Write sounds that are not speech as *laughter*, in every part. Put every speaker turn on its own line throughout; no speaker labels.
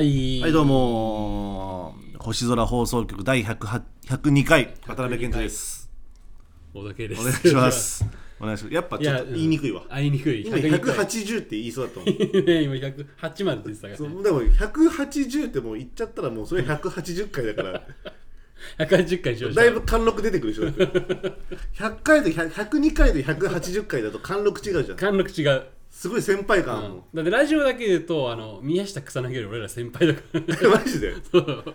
はい
はいどうも星空放送局第108 102回渡辺健太です
小田圭で
お
す
願いしますお願いしますやっぱ
い
ちょっ
や
と言いにくいわ
うん言いにくい *laughs*
今
102回
180って言いそうだったもん
ね今108まで出てたから、
そうでも180ってもう言っちゃったらもうそれ180回だから
*laughs* 180回にしまし
だい
た
ぶ貫禄出てくるでしょだって100回と100 102回と180回だと貫禄違うじゃん
貫禄違う、
すごい先輩感あ
う
る
んだってラジオだけで言うとあの宮下草薙より俺ら先輩だか
もん *laughs* マジで *laughs*
ら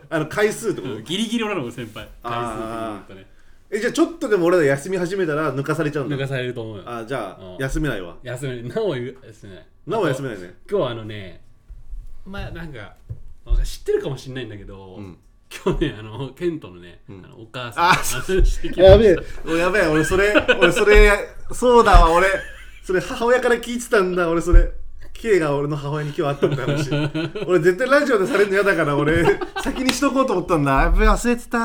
あの回数ってこと
ギリギリ俺らも先輩
あ
回数
ー
的に言う
えじゃあちょっとでも俺ら休み始めたら抜かされちゃうん
とね抜
だ
かされると思うよ
あじゃ
う
あ
ん
休めないわ
休めないなお休めない
なお休めないね
今日はあのねまあなんかなんか知ってるかもしれないんだけど、
ん
今日ねあのケントのね、あのお母さん
あ
の話してきました
やべえ、おやべえ、俺それ、俺それ、そうだわ、俺、それ母親から聞いてたんだ、俺それ。K が俺の母親に今日会ったって話。俺絶対ラジオでされるの嫌だから、俺、先にしとこうと思ったんだ。やべえ、忘れてた。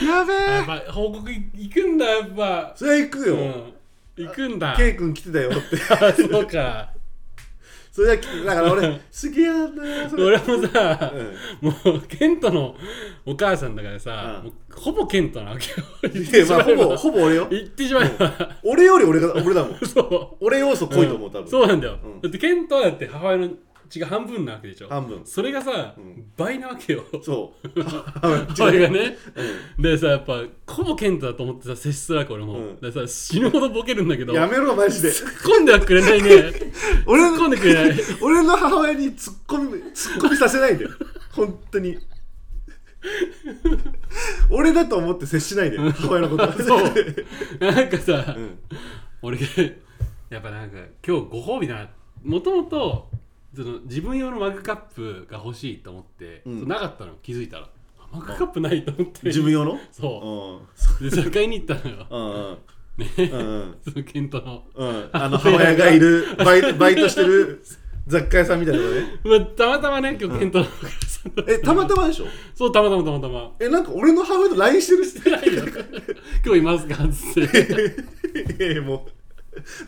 やべ
やっ
え。
ぱ報告行くんだやっぱ
それは行くよ。
うん、行くんだ
K 君来てたよって。
あそうか
それは、だから俺、すげえやな、それ。
俺もさ、もうケントのお母さんだからさ、
う
も
ん
うほぼケントなわけよ言って
で、
しま
まあ、ほ
えば
ぼ、ほぼ俺よ。
言ってしまえば
俺より俺が、俺だもん。
そう
俺要素濃いと思う、多分。
そうなんだよ、
うん
だってケントはだって母親の血が半分なわけでしょ
半分
それがさ、
ん
倍なわけよ
そう。
母親がね、でさやっぱほぼケントだと思ってさ接するわけ俺も、
うん
でさ死ぬほどボケるんだけど
やめろ、マジで。
突っ込んではくれないね
俺
突っ込んでくれない
*laughs* 俺の母親にツッコミツッコミさせないで本当に俺だと思って接しないで母親のこと
*laughs* そうなんかさ、
ん
俺やっぱなんか今日ご褒美だなもともとその自分用のマグカップが欲しいと思って、
うん
そうなかったの気づいたらあマグカップないと思って
*laughs* 自分用の
そ
そう
でそれ買いに行ったのよ *laughs*
うんうん
ね
うん
そのケントの *laughs*
うんあの母親がいるバイバイトしてる雑貨屋さんみたいなのね
まあたまたまね今日ケントのお母さんと、 *laughs*
えたまたまでしょ
そうたまたまたまたま
えなんか俺の母親と LINE してるし *laughs*
辛いよ今日いますかっつって
ええもう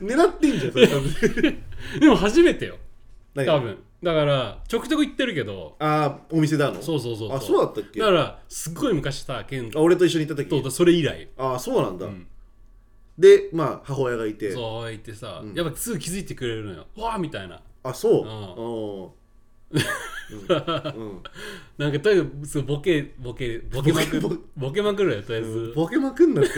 狙ってんじ
*laughs*
ゃんそれ多分
でも初めてよ
何
多分だからちょくちょく行ってるけど
あーお店だの
そうそうそう
あそうだったっけ
だからすっごい昔さケン
あ
ト
俺と一緒に行った時
とそれ以来
ああそうなんだ、
ん
でまあ母親がいて
そう言ってさ、やっぱすぐ気づいてくれるのよわあみたいな
あそううん、うん
なんかとにかくそうボケボケボケまく
ボケ
るボケまくるよとりあえ
うん
ず、
ボケまくんなって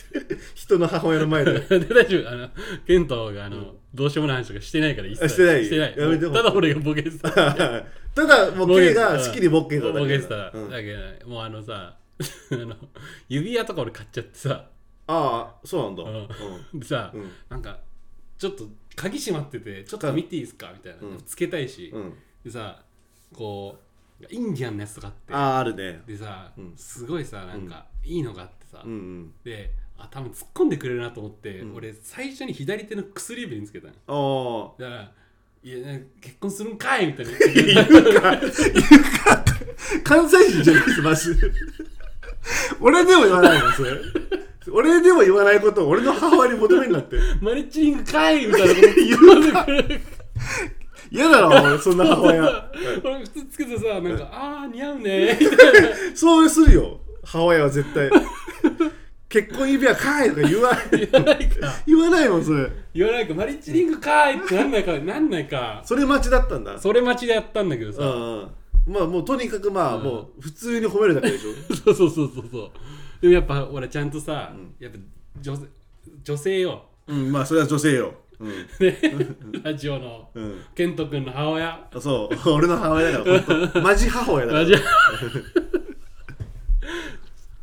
*laughs* 人の母親の前で
*laughs* で
*laughs*
大丈夫あのケントがあの、どうしようもない話とかしてないから一切
あしてないやめて
もうただ俺がボケてた
ただもう K が好きにボケてただ
ボ
け
ケて
だ
た、
からうん
だけどねもうあのさ *laughs* あの指輪とか俺買っちゃってさ
ああそうなんだ、うん
でさ、
うん
なんかちょっと鍵閉まっててちょっと見ていいですかみたいな、
うん
つけたいし、
うん
でさこうインディアンのやつとかあって
あああるね
でさ、
うん
すごいさなんかいいのがあってさ、
うんうん
であ多分突っ込んでくれるなと思って、
うん
俺最初に左手の薬指につけたの
あ *laughs* あ
だから「いやなんか結婚するんかい!」 *laughs* みたいな
言うか言うか関西人じゃないですマジで俺でも言わないのそれ俺でも言わないことを俺の母親に求めるなって
マリッチリングかい!」みたいなこと
言
突っ込んでくれる
嫌だろ俺そんな母親 *laughs* うん
俺普通つけてさなんか「ああ似合うね」 *laughs* みたいな
そうするよ母親は絶対結婚指輪か *laughs* いとか言わ
言わないか
言わないもんそれ
言わないかマリッチリングかいってなんないかなんないか
それ待ちだったんだ
それ待ちでやったんだけど
う
さ、
んうんまあもうとにかくまあ
うん
もう普通に褒めるだけでしょ
そうそうそうそうそうでもやっぱ俺ちゃんとさ、
ん
やっぱ女性女性よ
うんまあそれは女性ようん、
ね、ラジオの、
うん、
ケント君の母親
そう俺の母親だから本当マジ母親だか
ラ
ら
ジオや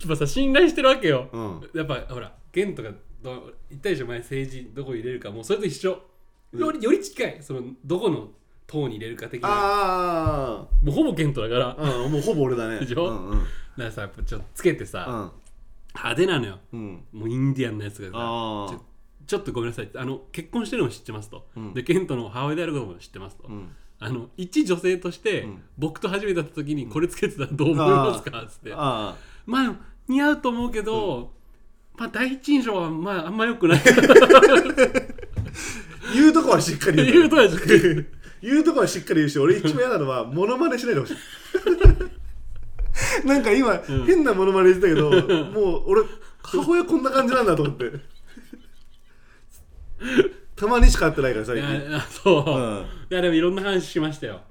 っぱさ信頼してるわけよ、
うん
やっぱほらケントがど言ったでしょ前政治どこ入れるかもうそれと一緒よりより近いそのどこの党に入れるか的な
あ
もうほぼケントだからだ
あうんもうほぼ俺だね
でしょ
うんうん
からさやっぱちょっとつけてさ、
うん
派手なのよ
うん
もうインディアンのやつがさ
あ
ち
あ
ょちょっとごめんなさいあの結婚してるのも知ってますと、
うん
でケントの母親であることも知ってますと、
うん
あの一女性として、
ん
僕と初めて会った時にこれつけてたらどう思いますかっつって
あ
まあ似合うと思うけど、まあ第一印象はまああんま良くない
あ言うとこはしっかり
言う
言う
とはしっかり
言うとこはしっかり言うし *laughs* 俺一番嫌なのはモノマネしないでほしい *laughs* なんか今、変なモノマネしてたけ *laughs* どもう俺母親こんな感じなんだと思 *laughs* ってたまにしか会ってないから最
い
近
やあそう、
うん
いやでもいろんな話しましたよ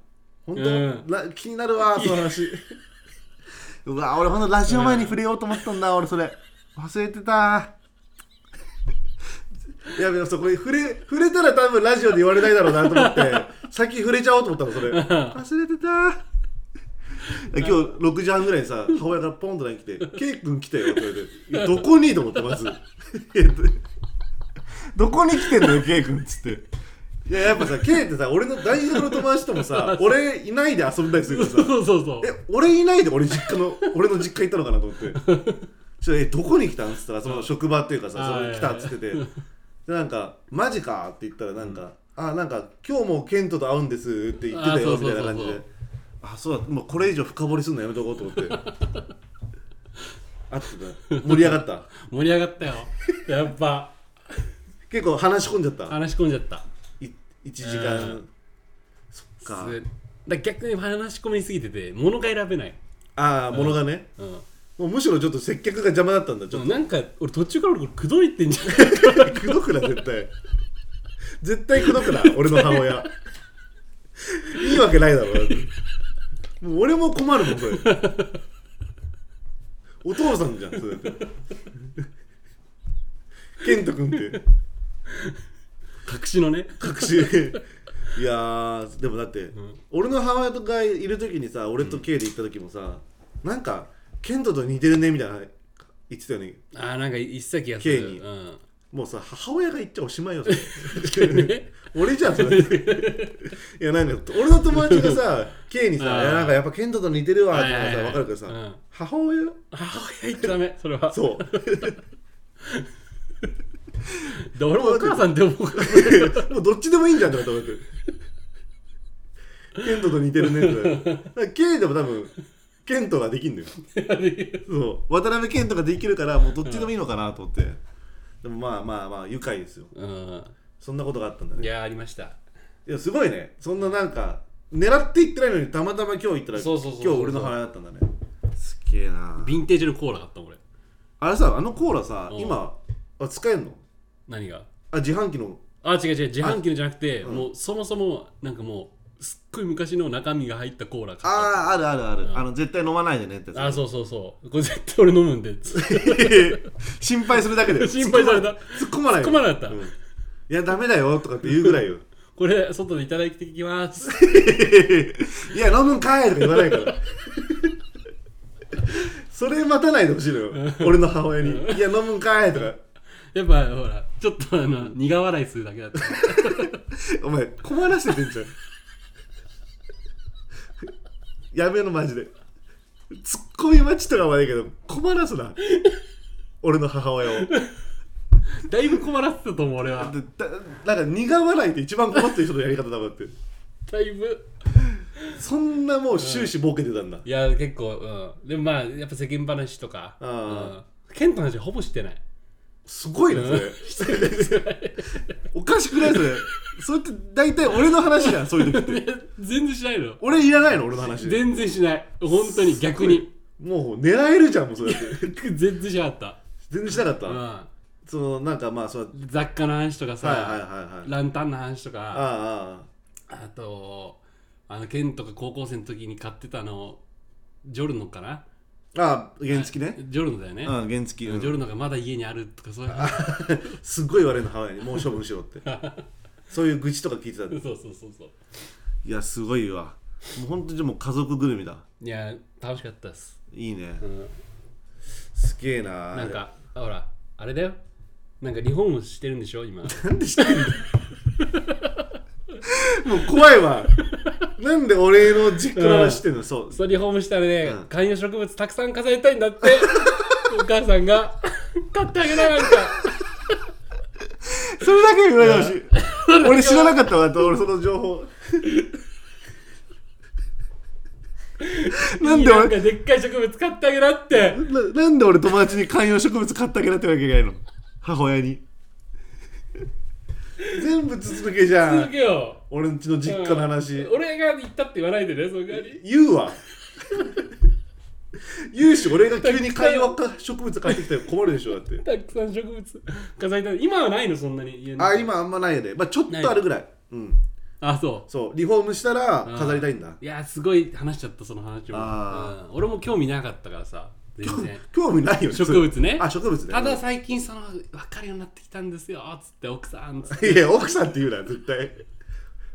本当、
うん
な *laughs* 気になるわその話うわ俺ほんとラジオ前に触れようと思ったんだ、俺それ忘れてたいやでもそこに触れ触れたら多分ラジオで言われないだろうなと思って先触れちゃおうと思ったのそれ忘れてた今日6時半ぐらいに *laughs* さ母親からポンと LINE 来て「ケイ君来たよ」って言われていや「どこに?」と思ってまず「 *laughs* どこに来てんだよケイ君」っつっていややっぱさケイってさ俺の大学の友達と *laughs* もさ俺いないで遊んだりするから
そう
さ
そうそう
え俺いないで俺実家の *laughs* 俺の実家行ったのかなと思ってそれえどこに来たんっつったらその職場っていうかさ
あ
そ
ー
の来たっつっててでなんか「マジか」って言ったらなんか「あなんか今日もケントと会うんです」って言ってた
あー
よ
そう
み
そう
た
そうそ
いな
う
感じで「あそうだもうこれ以上深掘りするのやめとこう」と
*laughs*
思ってあってた盛り上がった
盛り上がったよやっぱ
結構話し込んじゃった
話し込んじゃった
1時
う
間
ん
そっか
すだ逆に話し込みすぎてて物が選べない、
ああ物がね
うん、
もうむしろちょっと接客が邪魔だったんだち
で
ょっ
もなんか俺途中から俺これくどいてん
*laughs*
じゃないか
とくどくな絶対絶対くどくな俺の母親いいわけないだろだってもう俺も困るもんそれお父さんじゃんそれだって健人君って
隠しのね
隠しいやーでもだって、俺の母親とかいる時にさ俺と K で行った時もさ、なんか健人と似てるねみたいな言ってたよね
あーなんか一切がする
刑に
うん、
もうさ母親が言っちゃおしまいよそれ
ね
俺じゃんそ
*laughs*
れいやなんか俺の友達がさ K にさ
あー
いやなんかやっぱケントと似てるわって
はいはい
さ
はい
分かるけどさ、
うん
母親
母親言っちゃダメそれは
そう
で俺もお母さんって思うから
もう *laughs* どっちでもいいんじゃんとかと思ってケントと似てるねってだから K でも多分ケントができんの
*laughs*
よそう渡辺ケントができるからもうどっちでもいいのかなと思って、でもまあまあまあ愉快ですよ
う
そんなことがあったんだね
んいやありました
いやすごいねそんななんか狙っていってないのにたまたま今日行ったら
そうそうそうそう
今日俺の腹だったんだねすっげえな
ヴィンテージのコーラ買った俺
あれさあのコーラさ
うん
今あ使えんの
何が
あ自販機の
あ違う違う自販機のじゃなくて、もうそもそもなんかもうすっごい昔の中身が入ったコーラ買った
あああるあるある、あの絶対飲まないでねって
あそうそうそうこれ絶対俺飲むんで
*laughs* 心配するだけで
心配された
突っ込まない
突っ込まなかった
うんいやダメだよとかって言うぐらいよ
これ外でいただいてきます *laughs*
いや飲むんかいとか言わないから *laughs* それ待たないでほしいのよ俺の母親に「いや飲むんかい」とか
やっぱほらちょっとあの苦笑いするだけだった *laughs*
*laughs* お前困らせてんじゃんやめろマジでツッコミ待ちとかはいいけど困らすな俺の母親を
だいぶ困らせたと思う俺は
でだなんか苦笑いって一番困ってる人のやり方だもんって
だいぶ
そんなもう終始ボケてたんだ、
いや結構うんでもまあやっぱ世間話とかうん
あ
ケントの話ほぼしてない
すごいなそれ、おかしくないそれそれって大体俺の話じゃんそういう時って
*laughs* 全然しないのよ
俺いらないの俺の話
全然しない本当に逆に
もう狙えるじゃんもうそれって
*laughs* 全然しなかっ
全然しなかった、
た、うん、
そのなんかまあそう
雑貨の話とかさ、
はいはいはいはい
ランタンの話とか
ああああ
あとあのケントが高校生の時に買ってたあのジョルノかな
ああ原付ね、
ジョルノだよね、
うん原付、う
ジョ
ん、
ルノがまだ家にあるとかそういう話
すっごい言われるのハワイにもう処分しろって *laughs* そういう愚痴とか聞いてたん
*laughs*
で
そうそうそうそう
いやすごいわもう本当にもう家族ぐるみだ
いや楽しかったっす、
いいね
うん、
すげえな
なんかほらあれだよなんかリフォームしてるんでしょ今 *laughs*
なんでしてんだもう怖いわなんで俺の実家の話してんの、そう
そうリフォームしたらね、
うん
観葉植物たくさん飾りたいんだって
*laughs*
お母さんが買ってあげななんか
それだけ言われてほしい俺知らなかったわ俺その情報なんで
なん
俺
かでっかい植物買ってあげなって
ななんで俺友達に観葉植物買ってあげなってわけいけないの *laughs* 母親に全部続けじゃ
続
ん
けよ
俺んちの実家の話、
俺が言ったって言わないでねその代わり
言うわ言うし俺が急に海洋か植物買ってきたら困るでしょだって
たくさん植物飾りたい今はないのそんなに家の
あ今あんまないよねまあちょっとあるぐらいうん
あそ
そうリフォームしたら飾りたいんだ
ういやすごい話しちゃったその話も、
あ
うん俺も興味なかったからさ全然
興味ないよね
植物ね
あ植物ね
ただ最近その分かるようになってきたんですよつって奥さんつって、
いや奥さんって言うな絶対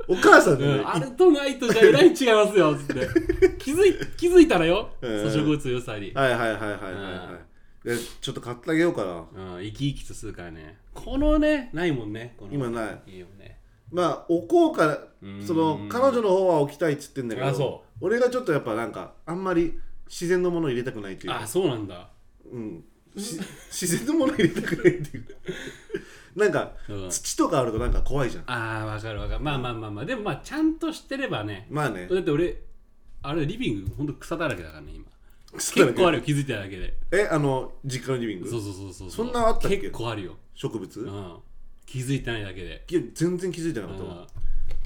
お母さんだ
う
よね、
ん、あるとないとじゃえらい違いますよ
*laughs*
つって気づい気づいたらよ、
うん
そう植物の良さに、
はいはいはいはいはいはいでちょっと買ってあげようかな
うん、生き生きとするからねこのねないもんねこの
今ない
いいよね
まあ置こうから
うん
その彼女の方は置きたいっつってんだけ
あ
ど
そ
俺がちょっとやっぱなんかあんまり自然のもの入れたくないっていう
あそうなんだ
うん、し *laughs* 自然のもの入れたくないっていう *laughs* なんか、
うん
土とかあるとなんか怖いじゃん
ああわかるわかるまあまあまあまあでもまあちゃんとしてればね
まあね
だって俺あれリビングほんと草だらけだからね今
結
結構あるよ気づいただけで
えあの実家のリビン
そう
グ
そうそうそう
そんなあったっけ
結構あるよ、
植物、
うん、気づいてないだけで、
いや全然気づいてなかったわ、
う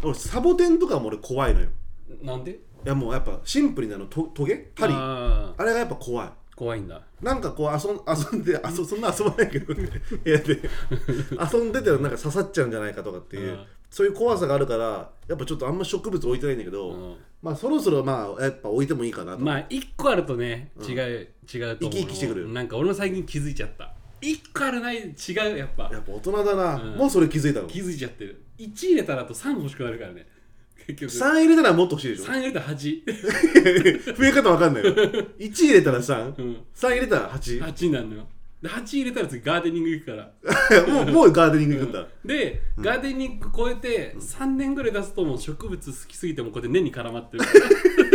俺サボテンとかも俺怖いのよ
ん、なんで
いやもうやっぱシンプルなのとトゲ針あ
あ
れがやっぱ怖い
ー怖いんだ
なんかこう遊ん遊 *laughs* んであそそんな遊ばないけどね *laughs* 部屋で遊んでたらなんか刺さっちゃうんじゃないかとかっていう、
うん
そういう怖さがあるからやっぱちょっとあんま植物置いてないんだけど、
うん
まあそろそろまあやっぱ置いてもいいかなと、
まあ一個あるとね違う、違うと思う
生き生きしてくる
なんか俺も最近気づいちゃった一個あるない違うやっぱ
やっぱ大人だな、
うん
もうそれ気づいたの
気づいちゃってる1入れたらあと3欲しくなるからね結局
3入れたらもっと欲しいでしょ
3入れたら8
増え方わかんないよ1
*laughs*
入れたら33
うん
入れたら 8?
8になるのよで8入れたら次ガーデニング行くから
*laughs* もうもうガーデニング行くんだ、
で、ガーデニング超えて3年ぐらい出すともう植物好きすぎてもうこうやって根に絡ま
*laughs*
ってる
も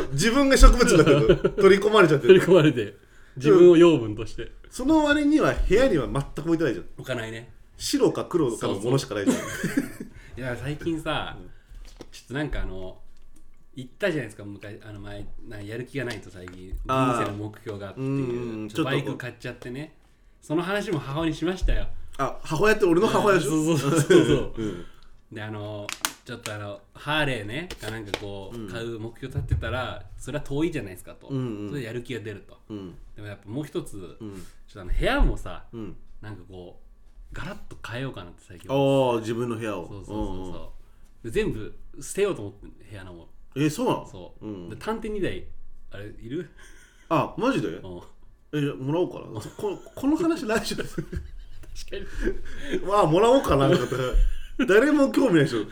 う自分が植物になってる取り込まれちゃって
取り
る
込まれて自分を養分として
その割には部屋には全く置いてないじゃん
置かないね
白か黒かのものしかないじゃん
いや最近さ、ちょっとなんかあの言ったじゃないですか昔あの前なやる気がないと最近人
あー
生の目標がって
うん
いううんちょっとバイ
ち
ク
ょっと
買っちゃってねその話も母親にしましたよ
あ母親って俺の母親でしょ
そうそうそうそう
うん
であのちょっとあのハーレーねがなんかこう、買う目標立ってたらそれは遠いじゃないですかと、
んうん
それでやる気が出ると
うん
でもやっぱもう一つ、
うん
ちょっとあの部屋もさ
うん
なんかこうガラッと変えようかなって最近そう
ああ自分の部屋を
そうそうそうで全部捨てようと思ってんの部屋のも
うんうんえそうなの
そう、
うん
で探偵2台あれい
*laughs*
る
あマジで
うん
えじゃあもらおうかなここの話来週です *laughs*
確かに
わあもらおうかなとかって誰も興味ないでしょ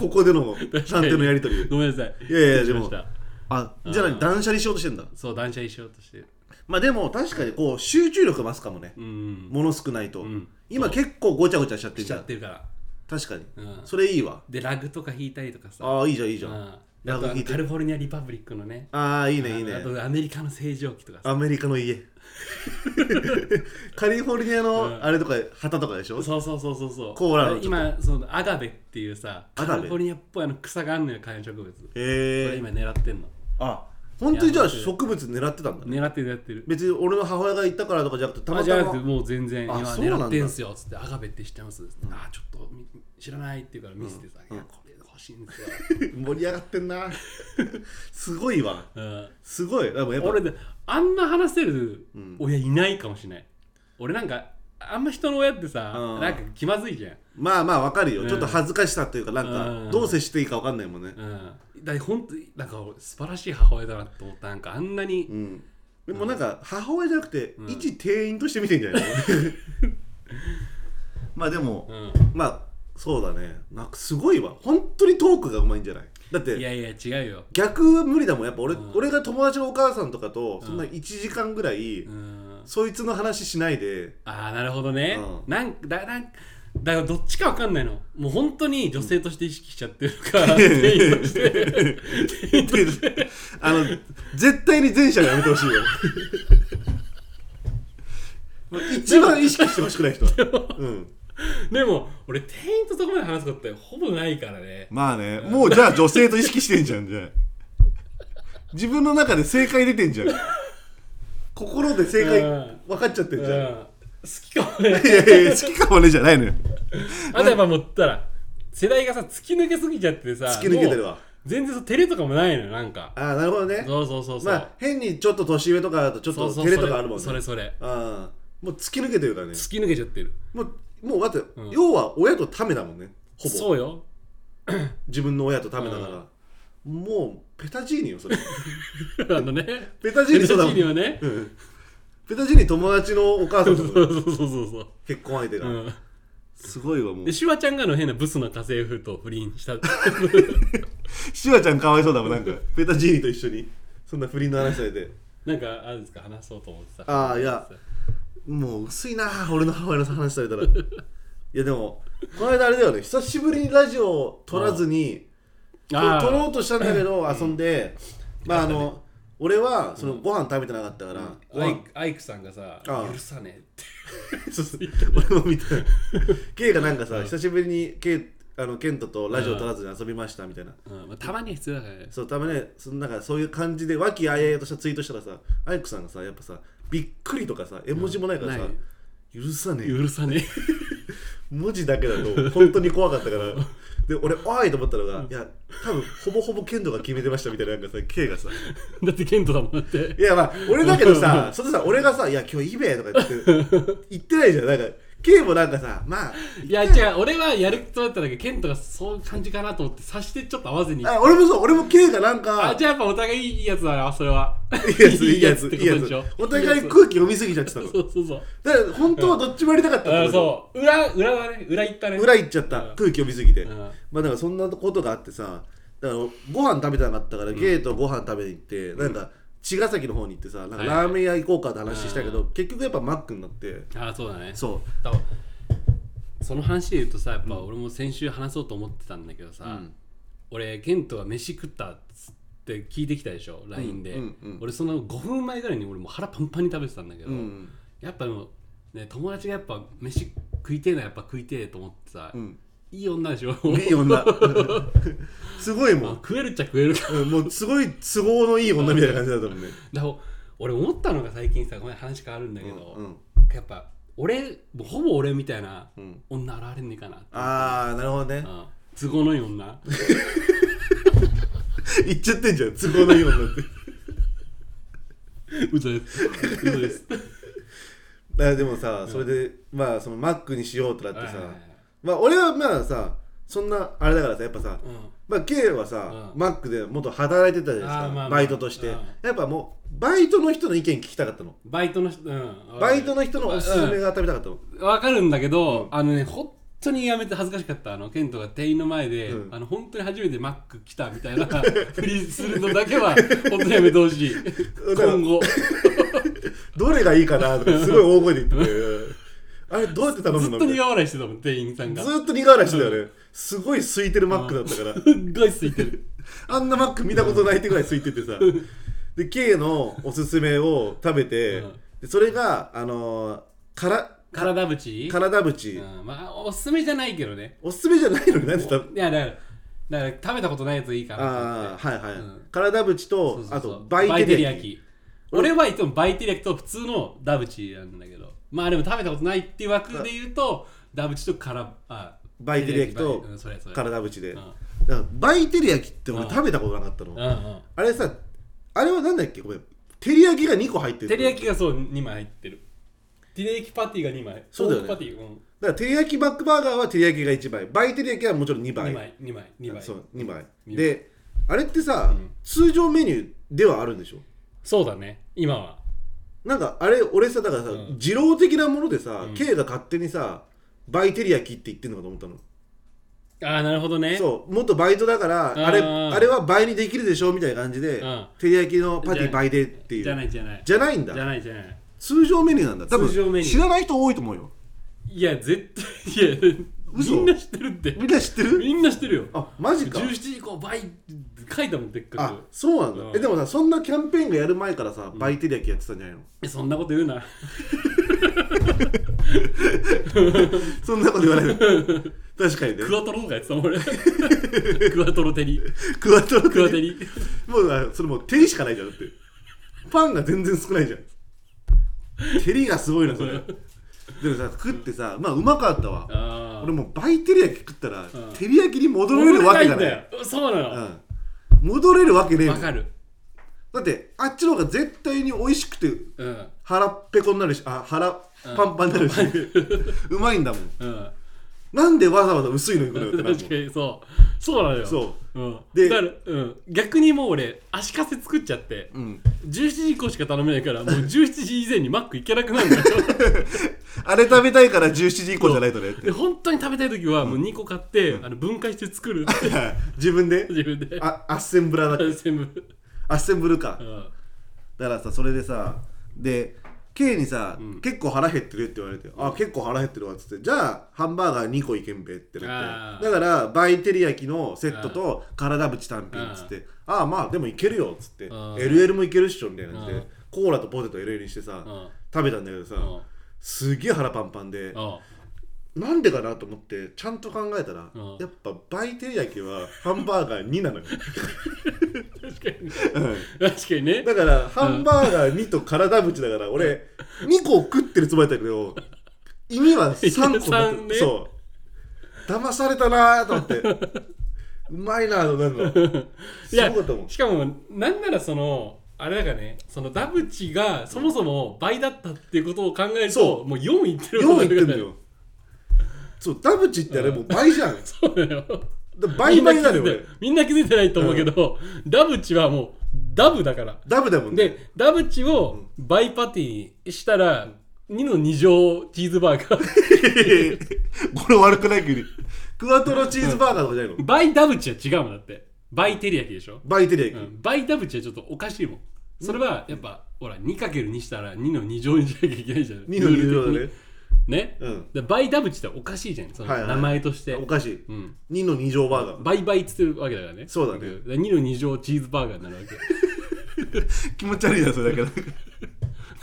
ここでの探偵のやり取り
ごめんなさい
いやいや
失礼
で
しま
も
した
あじゃあ何断捨離しようとしてんだ
そう断捨離しようとして
まあでも確かにこう集中力増すかもね
うん
もの少ないと、
ん
今結構ごちゃごちゃしちゃっ
し
てるじ
ち
ゃ
ゃ
ん
ってるから
確かに、
うん
それいいわ
でラグとか引いたりとかさ
ああいいじゃんいいじゃん、
うんで
ラ
あ
グ
とあ
引い
の
て
カリフォルニアリパブリックのね
ああいいねいいね
あとアメリカの正常期とかさ
アメリカの家カリフォルニアのあれとか旗とかでしょ、
そうそうそうそうそう
コーラのちょっと
今そのアガベっていうさ
ア
カ
ガベ
リフォルニアっぽいあの草があるのよ観葉植物こ
へ
れ
え
今狙ってんの
あ本当にじゃあ植物狙ってたんだね
狙ってる狙ってる
別に俺の母親が行ったからとかじゃなくてた
あ
ま
じゃ
た
なくて
ま
もう全然
あ
今
そうなんだ
狙ってんすよつってアガベって知ってますあちょっとみ知らないっていうから見せてさ、いやこれ欲しいんです
*laughs*
よ、
盛り上がってんなすごいわ
うん、
すごいでもやっぱ
俺であんな話せる親いないかもしれない、俺なんかあんま人の親ってさ、
うん
なんか気まずいじゃん
まあまあわかるよ、
うん
ちょっと恥ずかしさっていうかなん
う
か
ん
どう接していいかわかんないもんね、
うん、だ本当になんか俺素晴らしい母親だなと思ったなんかあんなに、
うん、でもなんか母親じゃなくて、一店員として見てんじゃないの *laughs* まあでも、
うん
まあそうだねなんかすごいわ本当にトークがうまいんじゃないだっ
い
て
やいや違うよ、
逆無理だもんやっぱ俺,、
うん
俺が友達のお母さんとかとそんな1時間ぐらい、
うん、
そいつの話しな
*laughs*
いで
ああなるほどね、
う
なんだなんだからどっちかわかんないのもう本当に女性として意識しちゃってる
*laughs*
から、店員として
あの絶対に前者がやめてほしいよ一番意識してほしくない人は、うん、
でも俺店員とそこまで話すことってほぼないからね
まあねもうじゃあ女性と意識してんじゃんじゃあ自分の中で正解出てんじゃん心で正解
うん
分かっちゃってん
うん
じゃん、
好きかもね
いやいやいや好きかもねじゃないのよ
あとやっぱ持ったら世代がさ突き抜けすぎちゃってさ
突き抜けてる
もう
わ
全然そう照れとかもないのよなんか
ああなるほどね
そうそうそうそう、
まあ変にちょっと年上とかだとちょっ
そう
と
そう
照れとかあるもんね
それそれ
ああもう突き抜けてるからね
それ突き抜けちゃってる
もうもうだって、
うん
要は親とためだもんねほぼ
そうよ *laughs*
自分の親とためだから、もうペタジーニよそれ
あのね
ペタ
*laughs*
ジーニそうだもん
にはね
うんペタジーニ友達のお母さ
そ
ん
う
だ
そう
もん
*laughs* そうそうそう
*laughs* 結婚相手
う
が、
ん
すごいわもう
でシュワちゃんがあの変なブスな家政婦と不倫した
シュワちゃんかわいそうだもんなんかペタジーニと一緒にそんな不倫の話されて
*laughs* なんかあるんですか話そうと思ってさ
あーいやもう薄いな俺の母親の話されたらいやでもこの間あれだよね久しぶりにラジオを撮らずにと
あー
撮ろうとしたんだけど遊んでまああの俺はそのご飯食べてなかったから、ご
アイ
飯
クアイクさんがさ
ああ
許さね
*laughs* 俺も見たケイがなんかさ久しぶりにケイあのケントとラジオ撮らずに遊びましたみたいな
えって、うんまあ、たまには必要だからね
そうたまにねそのなんかそういう感じで和気あいあいとしたツイートしたらさアイクさんがさやっぱさびっくりとかさ絵文字もないからさ、
ない
許さねえ
許さね
文字だけだと本当に怖かったからで俺「おい!」と思ったのが「いや多分ほぼほぼ剣道が決めてました」みたいななんかさ K がさ「 *laughs*
えだってケントだもんだって
いやまあ俺だけ
*laughs*
どさそれさ俺がさ「いや今日イベ」とか言って言ってないじゃんなんか K もなんかさまあ
い
*laughs*
や違う俺はやるとだったんだけどケントがそういう感じかなと思って察してちょっと合わずに
あ俺もそう俺も K がなんか
あじゃあやっぱお互いいいやつだなそれは
いいやついいや
*laughs*
つ
って
い
こ
いや
とで
つ
しょ
お互い
そ
空気読みすぎちゃってたのだ
*laughs*
か
うそうそう
ら本当はどっちもやりたかった
あ
の
そう裏裏はね裏行ったね
裏行っちゃった
うん
空気読みすぎて
うん
まあだからそんなことがあってさだからご飯食べてなかったからゲートご飯食べに行ってなんか茅ヶ崎の方に行ってさなんか
はい
ラーメン屋行こうかって話したけど結局やっぱマックになって
あそうだね
そ
だからその話で言うとさやっぱ俺も先週話そうと思ってたんだけどさ、
うん
俺ケントが飯食ったっつって聞いてきたでしょ LINE で、
うんうん
俺その5分前ぐらいに俺もう腹パンパンに食べてたんだけど、
ううん
やっぱでも、ね、友達がやっぱ飯食いてえなやっぱ食いてえと思ってさ、
うん
いい女でしょ
いい女すごい
*laughs*
も
あ
ん
食えるっちゃ食えるか
うんもうすごい都合のいい女みたいな感じだったもんね
だから俺思ったのが最近さごめん話変わるんだけど、
うんうん
やっぱ俺もうほぼ俺みたいな
うん
女現れんねえかなって、
ああなるほどね
うん都合のいい女
言っちゃってんじゃん都合のいい女って
嘘です嘘
*laughs*
です
だからでもさそれでまあそのマックにしようってなってさ
はいはいはい
まあ俺はまあさそんなあれだからさやっぱさ
うん
まあ K はさ
うん
マックで元働いてたじゃないです
あー
か
まあまあ
バイトとして
うん
やっぱもうバイトの人の意見聞きたかったの
バイトの人、うん、
バイトの人のおすすめが食べたかったの
うんわかるんだけど、あのね本当にやめて恥ずかしかったあのケントが店員の前で、
うん
あの本当に初めてマック来たみたいな *laughs* ふりするのだけは本当にやめてほしい
から
今後
どれがいいかなとかすごい大声で言っててうんあれどうやって頼む
ずっ
の
と
みたい
苦笑いしてたもん店員さん
な
が
ずっと苦笑いしてたよねすごい空いてるマックだったから
すっごい空いてる
あんなマック見たことないってぐらい空いててさで K のおすすめを食べて、
うん
でそれがあのー、から
体縁
からだぶち
うん、まあおすすめじゃないけどね
おすすめじゃないのになんで食べ
いやだからだから食べたことないやついいかな
ああはいはい、
うん
からだぶちと
そうそうそう
あとバイテリヤキ
俺はいつもバイテリヤキと普通のダブチなんだけどまあでも食べたことないっていう枠で言うとダブチとからあ
バイテリヤキと
バイうんそれそれ
からだぶち
う
で、
ん
だからバイテリヤキって俺
うん
食べたことなかったの、
うんうん
あれさあれはなんだっけごめんテリヤキが2個入ってる
テリヤキがそう2枚入ってるテリヤキパティが2枚
そうだよね
ポークパティ、うん、
だからテリヤキバックバーガーはテリヤキが1枚バイテリヤキはもちろん2倍
2枚2枚2枚
そう2枚
二枚
であれってさ、
うん
通常メニューではあるんでしょ
そうだね今は
なんかあれ俺さだからさ、
うん
二郎的なものでさ、
うん
K が勝手にさバイテリヤキって言ってんのかと思ったの
ああなるほどね
そう元バイトだから
ー
あれあれは倍にできるでしょみたいな感じで、
うん
テリヤキのパティ倍でっていう
じゃないじゃない
じゃないん
じ
だ
ゃないじゃない
通常メニューなんだ多分
通常メニュー
知らない人多いと思うよ
いや絶対いや
嘘
みんな知ってるって
みんな知ってる
みんな知ってるよ
あマジか
17時以降倍書いたもんでっか
あ
く
そうなんだ、
うん
えでもさそんなキャンペーンがやる前からさバイテリヤキやってたんじゃないの、
えそんなこと言うな
そんなこと言われる
*laughs*
確かにね
クワトロとかやってたもん俺 *laughs* クワトロテリ
クワトロ
クワテリ
もうあそれもう照りしかないじ
*laughs*
ゃんだってパンが全然少ないじゃん照りがすごいなそれでもさ食ってさまあうまかったわ
あ
俺もうバイテリヤキ食ったら
ん
照り焼きに戻
戻
れる
れ
わ
な
け
い
が
ん
な
だ
い
よそうなのわ、
うん戻れるわけねえもん
かる
だってあっちの方が絶対に美味しくて
うん
腹ペコになるしあ腹パンパンになるし、うまいんだもん
うん
なんでわざわざ薄いの行くのよってなるも
確か
ん
にそうそうなのよ、
そう
ん、
で
だから、うん、逆にもう俺足かせ作っちゃって
う、うん、
17時以降しか頼めないからもう17時以前にマック行けなくなる
*laughs*
んだよ
あれ食べたいから17時以降じゃないとねって *laughs*
で本当に食べたい時はもう2個買って、あの分解して作るって
自分で
自分で
あアッセンブラだっけ
*laughs* 全部、
アッセンブルか
うん、
だからさそれでさで K にさ、結構腹減ってるって言われて、あ結構腹減ってるわっつってじゃあハンバーガー2個いけんべって
あ
なっ
ー
てだからバイテリヤキのセットと体ぶち単品っつってああまあでもいけるよっつって
ん
LL もいけるっしょみたいな感じ
う
で
ん
コーラとポテト LL にしてさ
うん
食べたんだけどさ
ん
すげえ腹パンパンで
あ
なんでかなと思ってちゃんと考えたら
うん
やっぱバイテリヤキはハンバーガー2なのよ
*laughs* 確かに
うん
確かにね
だから、ハンバーガー2と体ぶちだから、俺、2個食ってるつもりだったけど、意味は3個になっ
いや *laughs*
てる、
三ね
そう。騙されたなーと思って。うまいなーとなんの。
い
す
や
ごかったもん。
しかもなんならそのあれだからねそのダブチがそもそも倍だったっていうことを考える
そ
と
う
もう4いってる
4いってん
だ
だよ。そう、ダブチってあれもう倍じゃん。だか
そうだよ
ら倍倍になるよ、
みん
俺
気づいて。みんな気づいてないと思うけど、ダブチはもうダブだから
ダブだもん *laughs* ね。
でダブチを倍パティにしたら2の2乗チーズバーガー *laughs*
これ悪くないけど、クワトロチーズバーガーとかじゃないの
倍ダブチは違うもんだって倍照り焼きでしょ、
バイテリヤ
う
キ。
ん、倍ダブチはちょっとおかしいもんそれはやっぱ、ほら 2×2 したら2の2乗にしなきゃいけないじゃん
2の2乗だね。
ね、
うん
でバイダブチっておかしいじゃんそ
はい
の
はい
名前として、
おかしい。
うん、
2の2乗バーガー。
バイバイっつってるわけだからね
そうだね
で2の2乗チーズバーガーになるわけ
気持ち悪いな、それだから。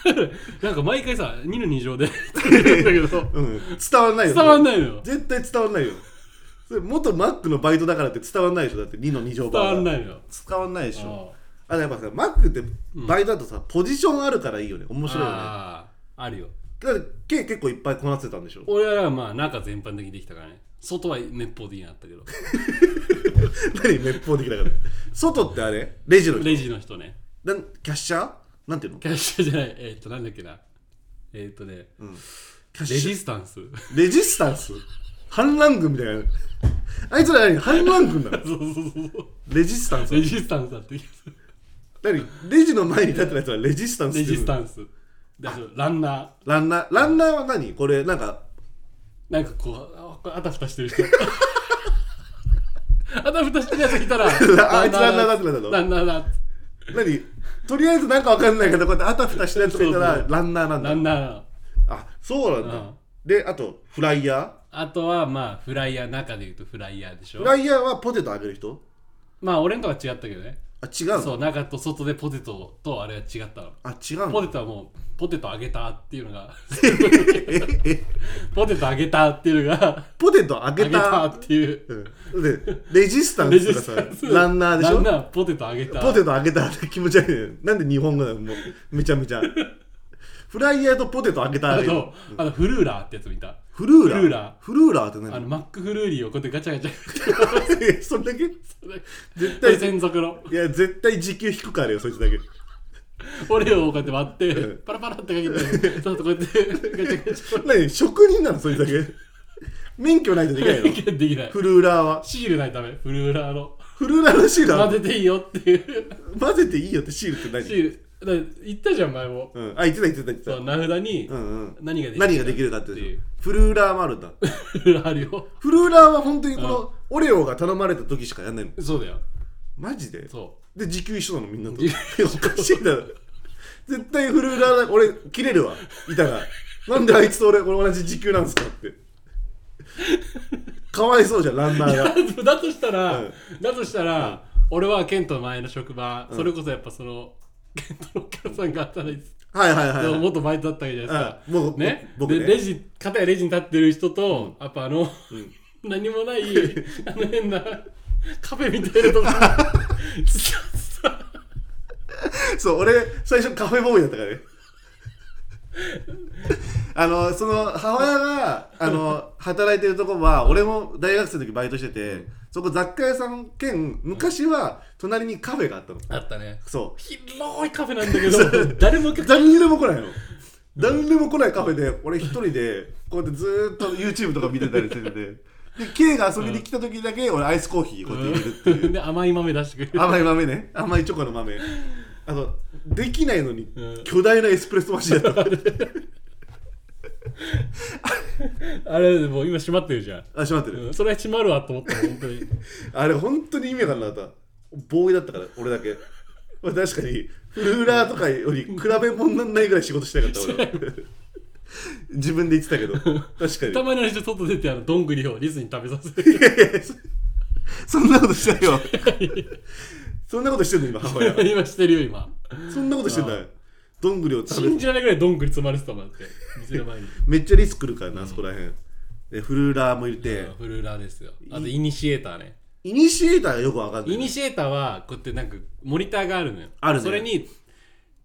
*laughs*
なんか毎回さ2の2乗で言ってるんだけど
うん、伝わんない
*laughs*
よ
伝わん
い
ないのよ
絶対伝わんないよそれ元マックのバイトだからって伝わんないでしょだって2の2乗
伝
バー
わ
ガー
んないのよ
伝わんないでし
あ
ょあやっぱさマックってバイトだとさ、ポジションあるからいいよね面
ー
白いよね
あーあるよ
だって計結構いっぱいこなせたんでしょ
俺はまあ中全般的にできたからね外は滅法的になったけ
*laughs*
ど
何滅法的だから外ってあれレジの人
レジの人ね
なんキャッシャーなんていうの
キャッシャーじゃないえーっとなんだっけなえーっとね、
キャッ
レ
シ
ジ
ャー
スタ
*laughs*
ンス
レジスタンス反乱軍みたいなあいつら何反乱軍なの
そうそうそうそう
レジスタンス
レジスタンスだって
何レジの前に立ってるやつはレジスタンス
レ
って
ジ
いう
ス
の
タンスだからランナー
ランナーランナーは何これなんか
なんかこうああたふたしてる人 *laughs* あたふたしてるやついたら
*laughs* ああいつランナーだってなったの
ランナーだ
何とりあえずなんかわかんないけどこうやってあたふたしてるやつがいた
そう
ら
そう
ランナーなんだ
ランナーだ
あそうなんだ、
うん
であとフライヤー
あとはまあフライヤー中で言うとフライヤーでしょ
フライヤーはポテトあげる人
まあ俺んとは違ったけどね
あ違うの
そう中と外でポテトとあれは違ったの
あ違う
ポ
の
テトはもうポテトあげたっていうの
*laughs*
が
ええ
ポテトあげたっていうのが
ポテトあ
あ
げ
げた
た
っていう
うん、でレジスタンスとかさランナーでし
ラ
ょ
ンナーポテトあげた
ポテトあげたって気持ち悪いねなんで日本語なのもうめちゃめちゃフライヤーとポテトあげた
あ
あげる
とあのフルーラーってやつ見た
フルーラー
フルーラ
フルーラーって
あの
何
マックフルーリーをこうやってガチャガチャ
え *laughs* それだけ絶
これ
対
専属の
いや絶対時給低くあるよそいつだけ
オレオをこうやって割って
うん
パラパラってかけてその後こうやってガチャガチ
何職人なのそいつだけ免許ないとできないの
ャできない
フルーラーは
シールないためフルーラーの
フルーラーのシールあ
混
る
ぜていいよっていう
混ぜていいよってシールって
シ
何
ールだ言ったじゃん前も
うん、あ言ってた言ってた言って
そ
た
う名札に
うんうん
何ができる
何ができるかって
っ
いう
ていう
フルーラーもあるんだ
フルーラーあるよ
フルーラーは本当にこのオレオが頼まれた時しかやんないの
そうだよ
マジで
そ
で時給一緒なのみんなと
時
おかしいだろ絶対フルーラーだ俺切れるわいたらなんであいつと俺これ同じ時給なんですかってかわいそうじゃんランナーが
う *laughs* だとしたら、
うん
だとしたら、俺はケントの前の職場、それこそやっぱそのケントのお母さんが働いて
はいはいはい、
で
は
も
い
元バイトだったわけじゃないですか。
うん僕
ね、
僕ね
でレジ片やレジに立ってる人と、やっぱあの、何もないあの変なカフェみたいなとこ
そう、俺、最初カフェボーイだったからね。 *laughs* あのその母親があの働いてるとこは俺も大学生の時バイトしててそこ雑貨屋さん兼昔は隣にカフェがあったの
あったね
そう
広いカフェなんだけど誰もお客さん
誰にでも来ないの誰にでも来ないカフェで俺一人でこうやってずーっと YouTube とか見てたりしててで K が遊びに来た時だけ俺アイスコーヒーこうやって入れるっていう
で甘い豆出してくれる
甘い豆ね甘いチョコの豆あのできないのに
うん
巨大なエスプレッソマシ
*laughs*
ンだった
あれもう今閉まってるじゃん、
あしまって
う
る
ん、それは閉まるわと思ったの本当に
あれ本当に意味わかんなかったボーイだったから俺だけまあ確かにフルーラーとかより比べ物になんないぐらい仕事したかった俺は
*laughs*
自分で言ってたけど確か
た
に
まにあの人外出てあのどんぐりをリスに食べさせて
*laughs* そんなことしてな
*laughs*
いよそんなことしてんの今母親
今してるよ今
そんなことしてないどんぐりを食べ
信じられないぐらいどんぐり積まれてたもんだって店の前に
めっちゃリスクるからな、あそこら辺でフルーラーも入れて
フルーラーですよあとイニシエーターね
イニシエーターがよくわかんない
イニシエーターはこうやってなんかモニターがあるのよ
あるね
それに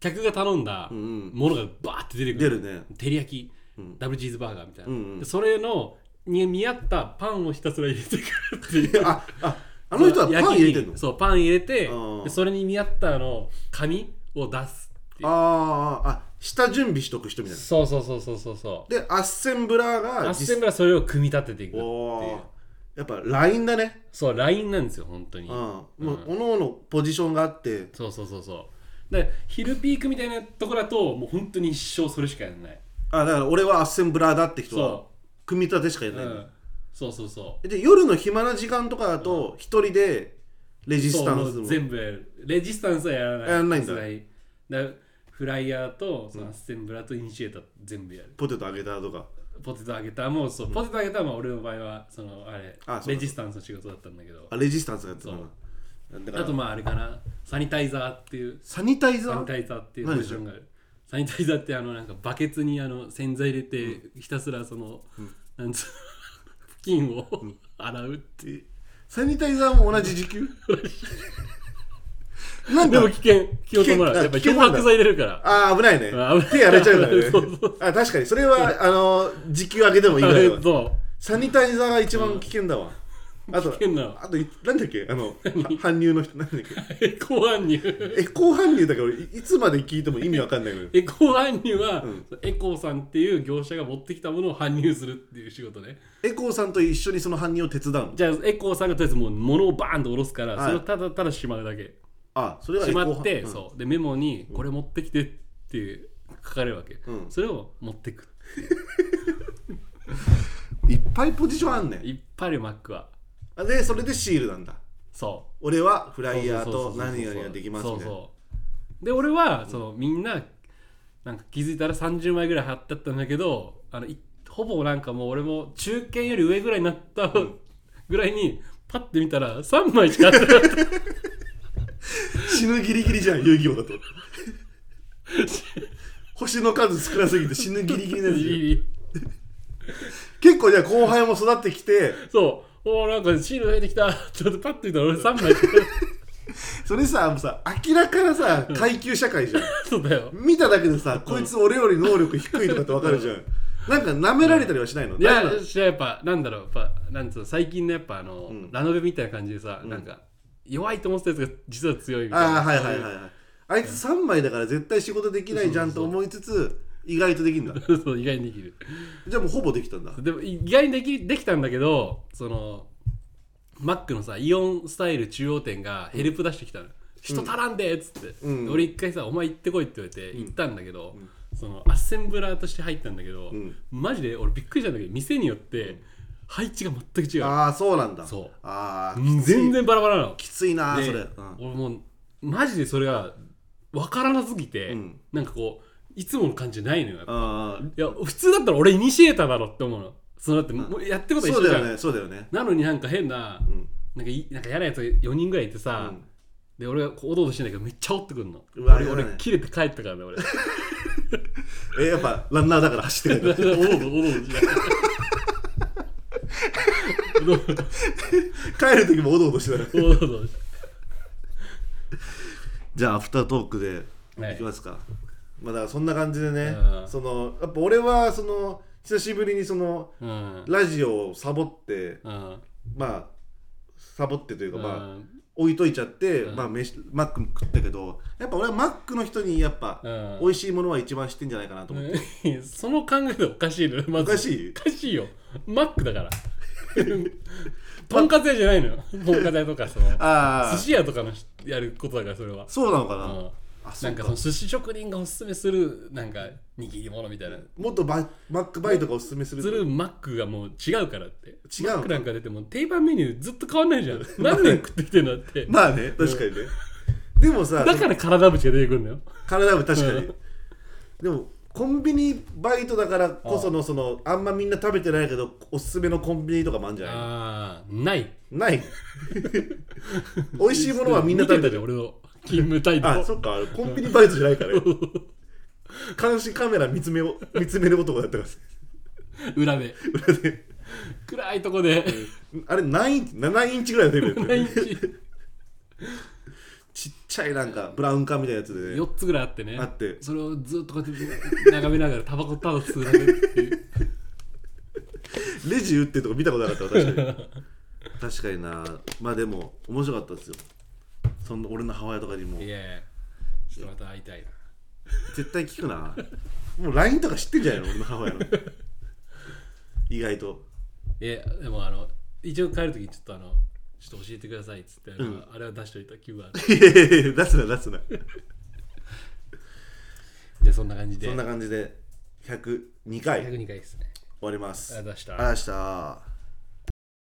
客が頼んだ
ん
ものがバーって出てく
出
る
るね
照り焼き、ダブルチーズバーガーみたいな、
うんうん
でそれのに見合ったパンをひたすら入れてくるっていう
ああ *laughs* あの人はパン入れてんの
焼きそうパン入れて
あー
でそれに見合ったあの紙を出すっていう
あーあ下準備しとく人みたいな
そうそうそうそうそうそう
でアッセンブラーが
アッセン
ブ
ブラはそれを組み立てていくってい
ラお
う
ーやっぱラインだね
そうラインなんですよ本当に
うんもうおのおのポジションがあって
そうそうそうそうで昼ピークみたいなところだともう本当に一生それしかやらない
あだから俺はアッセンブラーだって人は
そ
組み立てしかや
う、
ら
う
ないん
ん
だ、
そうそうそう
で夜の暇な時間とかだと一人でレジスタ
そ
ンス
うもう
も
全部やるレジスタンスはやらない
やらないんだ
さすがにだからフライヤーとそのアッセンブラとイニシエーター全部やる、
ポテトあげたとか
ポテト揚げたもうそうポテト揚げたも俺の場合はそのあれ
あそうだ
レジスタンスの仕事だったんだけど
あレジスタンスがやってたかなだか
あ
ら
とまああれかなサニタイザーっていう
サニタイザ
サニ
ー
タイザーっていうポジションがあるサニタイザーってあのなんかバケツにあの洗剤入れてひたすらその、 *laughs* なんつう布巾を洗うっていう
サニタイザーも同じ時給
*laughs*
なん
で
か
も危険気を伴う
危険あ
やっぱ
危険
漂
なんだ
白剤入れるから
ああ危ないね
あ危ない
手荒れちゃうから
*laughs*
ね
そうそう
あ確かにそれはあの時給上げてもいいぐらいだわ
そ
サニタイザーが一番危険だわ、あと
危険なの
あといなんだっけあのは搬入の人なんだっけ
うエコ搬
*laughs*
入
エコー搬入だから俺いいつまで聞いても意味わかんないのよ
エコ搬入は、
うん
エコーさんっていう業者が持ってきたものを搬入するっていう仕事ね
エコーさんと一緒にその搬入を手伝うの
じゃあエコーさんがとりあえずもう物をバーンと下ろすから、
はい
それをただただしまうだけ
あそれはエ
し
コー
まって、
うん
そうでメモに「これ持ってきて」っていう書かれるわけ、
うん
それを持ってく
いっぱいポジションあんねん
いっぱいあるよマックは
あでそれでシールなんだ
そ
俺はフ
う
ライヤー
そう
と
そうそうそう
何々ができますみ
そう
たいな
そうで俺はそのみんななんか気づいたら30枚ぐらい貼ってあったんだけどあのいほぼなんかもう俺も中堅より上ぐらいになったぐらいにパッて見たら3枚しか貼ってなかった
死ぬギリギリじゃん遊戯王だと星の数少なすぎて死ぬギリギリなんですよ結構じゃあ後輩も育ってきて
そうおーなんかシール入ってきたちょっとパッて見たら俺3枚しか貼ってなかっ
それさもうさ明らかなさ階級社会じゃん
たそうだよ
見ただけでさこいつ俺より能力低いとかってわかるじゃんなんか舐められたりは *laughs* しないの
いや
だから
じゃあやっぱなんだろうやっぱなんつうの最近のやっぱあの、
ん
ラノベみたいな感じでさ、なんか弱いと思ってたやつが実は強いみたい
あ
な
あはいはいはいはいあいつ3枚だから絶対仕事できないじゃんと思いつつ意外とできんだ
そう *laughs* そう意外にできる
じゃあもうほぼできたんだ
でも意外にできできたんだけどそのマックのさイオンスタイル中央店がヘルプ出してきたの、人足らんでっつって、
うん
で俺一回さ「お前行ってこい」って言われて行ったんだけど、そのアッセンブラーとして入ったんだけど、
ん
マジで俺びっくりしたんだけど店によって配置が全く違う
ああそうなんだ
そう
ああ
全然バラバラなの
きついな
で
それ、うん
俺もうマジでそれが分からなすぎて、
うん
なんかこういつもの感じじゃないのよやっぱ
あー
いや普通だったら俺イニシエーターだろって思うのそのだってもうやってることは
そ
一緒じ
う
ゃ
だ
ん、
よねそうだよね
なのになんか変な、
ん
なんかいなんか嫌なやつ4人ぐらいいてさ、
うん
で俺がこうおどおどしてんだけどめっちゃおってくんの
うわ
俺
嫌だね
俺切れて帰ったから
*laughs*
ね俺だか
えやっぱランナーだから走っ
*laughs*
てるんだ
らおどおどおどおどしながらおどおど
帰る時もおどおどしてたら
おどおどし
じゃあアフタートークで
はい
いきますか、まあだからそんな感じでね、
うん
そのやっぱ俺はその久しぶりにその
うん
ラジオをサボって
うん
まあサボってというか、まあ
うん
置いといちゃって、
うん
まあ飯マックも食ったけどやっぱ俺はマックの人にやっぱ、
うん
美味しいものは一番知ってんじゃないかなと思って、
うんその考えでおかしいのよま
おか
ず
しい
おかしいよマックだからとんかつ屋じゃないのよとんかつ屋とかその
あ
寿
あ
司屋とかのしやることだからそれは、
そうなのか
う
な、
ん、
あそ
な
うん
か
か
その寿司職人がおすすめするなんか握り物みたいな
もっとバイマックバイトがおすすめする
するマックがもう違うからって
違うの
マックなんか出ても定番メニューずっと変わんないじゃん何年食ってきてんだって
まあね確かにね、でもさ
だから体縁が出てくるんだよ
体も確かに、
うん
でもコンビニバイトだからこそのそのあんまみんな食べてないけどおすすめのコンビニとかもあるんじゃない
ああない
ない *laughs* 美味しいものはみんな食べ
見てた
て
じゃん俺
る
の勤務態度
あそっかコンビニバイトじゃないからね監視カメラ見つめを見つめる男だったか
裏で
ら裏で
暗いとこで
あれ何インチ7インチぐらいのテレビだったよ
毎
ね
日 *laughs*
ちっちゃいなんかブラウン管みたいなやつでね
4つぐらいあってね
あって
それをずっとこうやって眺めながらタバコタバコ吸うだけっていう
*laughs* レジ打ってるとこ見たことなかったわ確かに *laughs* 確かになまあでも面白かったですよその俺の母親とかにも
いやいやちょっとまた会いたいな
絶対聞くなもう LINE とか知ってんじゃないの俺の母親の意外と *laughs*
えでもあの一応帰るときにちょっとあのちょっと教えてくださいっつって、
ん
あれは出しといた QR
いやいやいや出すな出すな
でそんな感じで
そんな感じで102回終
102回ですね
わります
ありがとうございました
ありがとうございました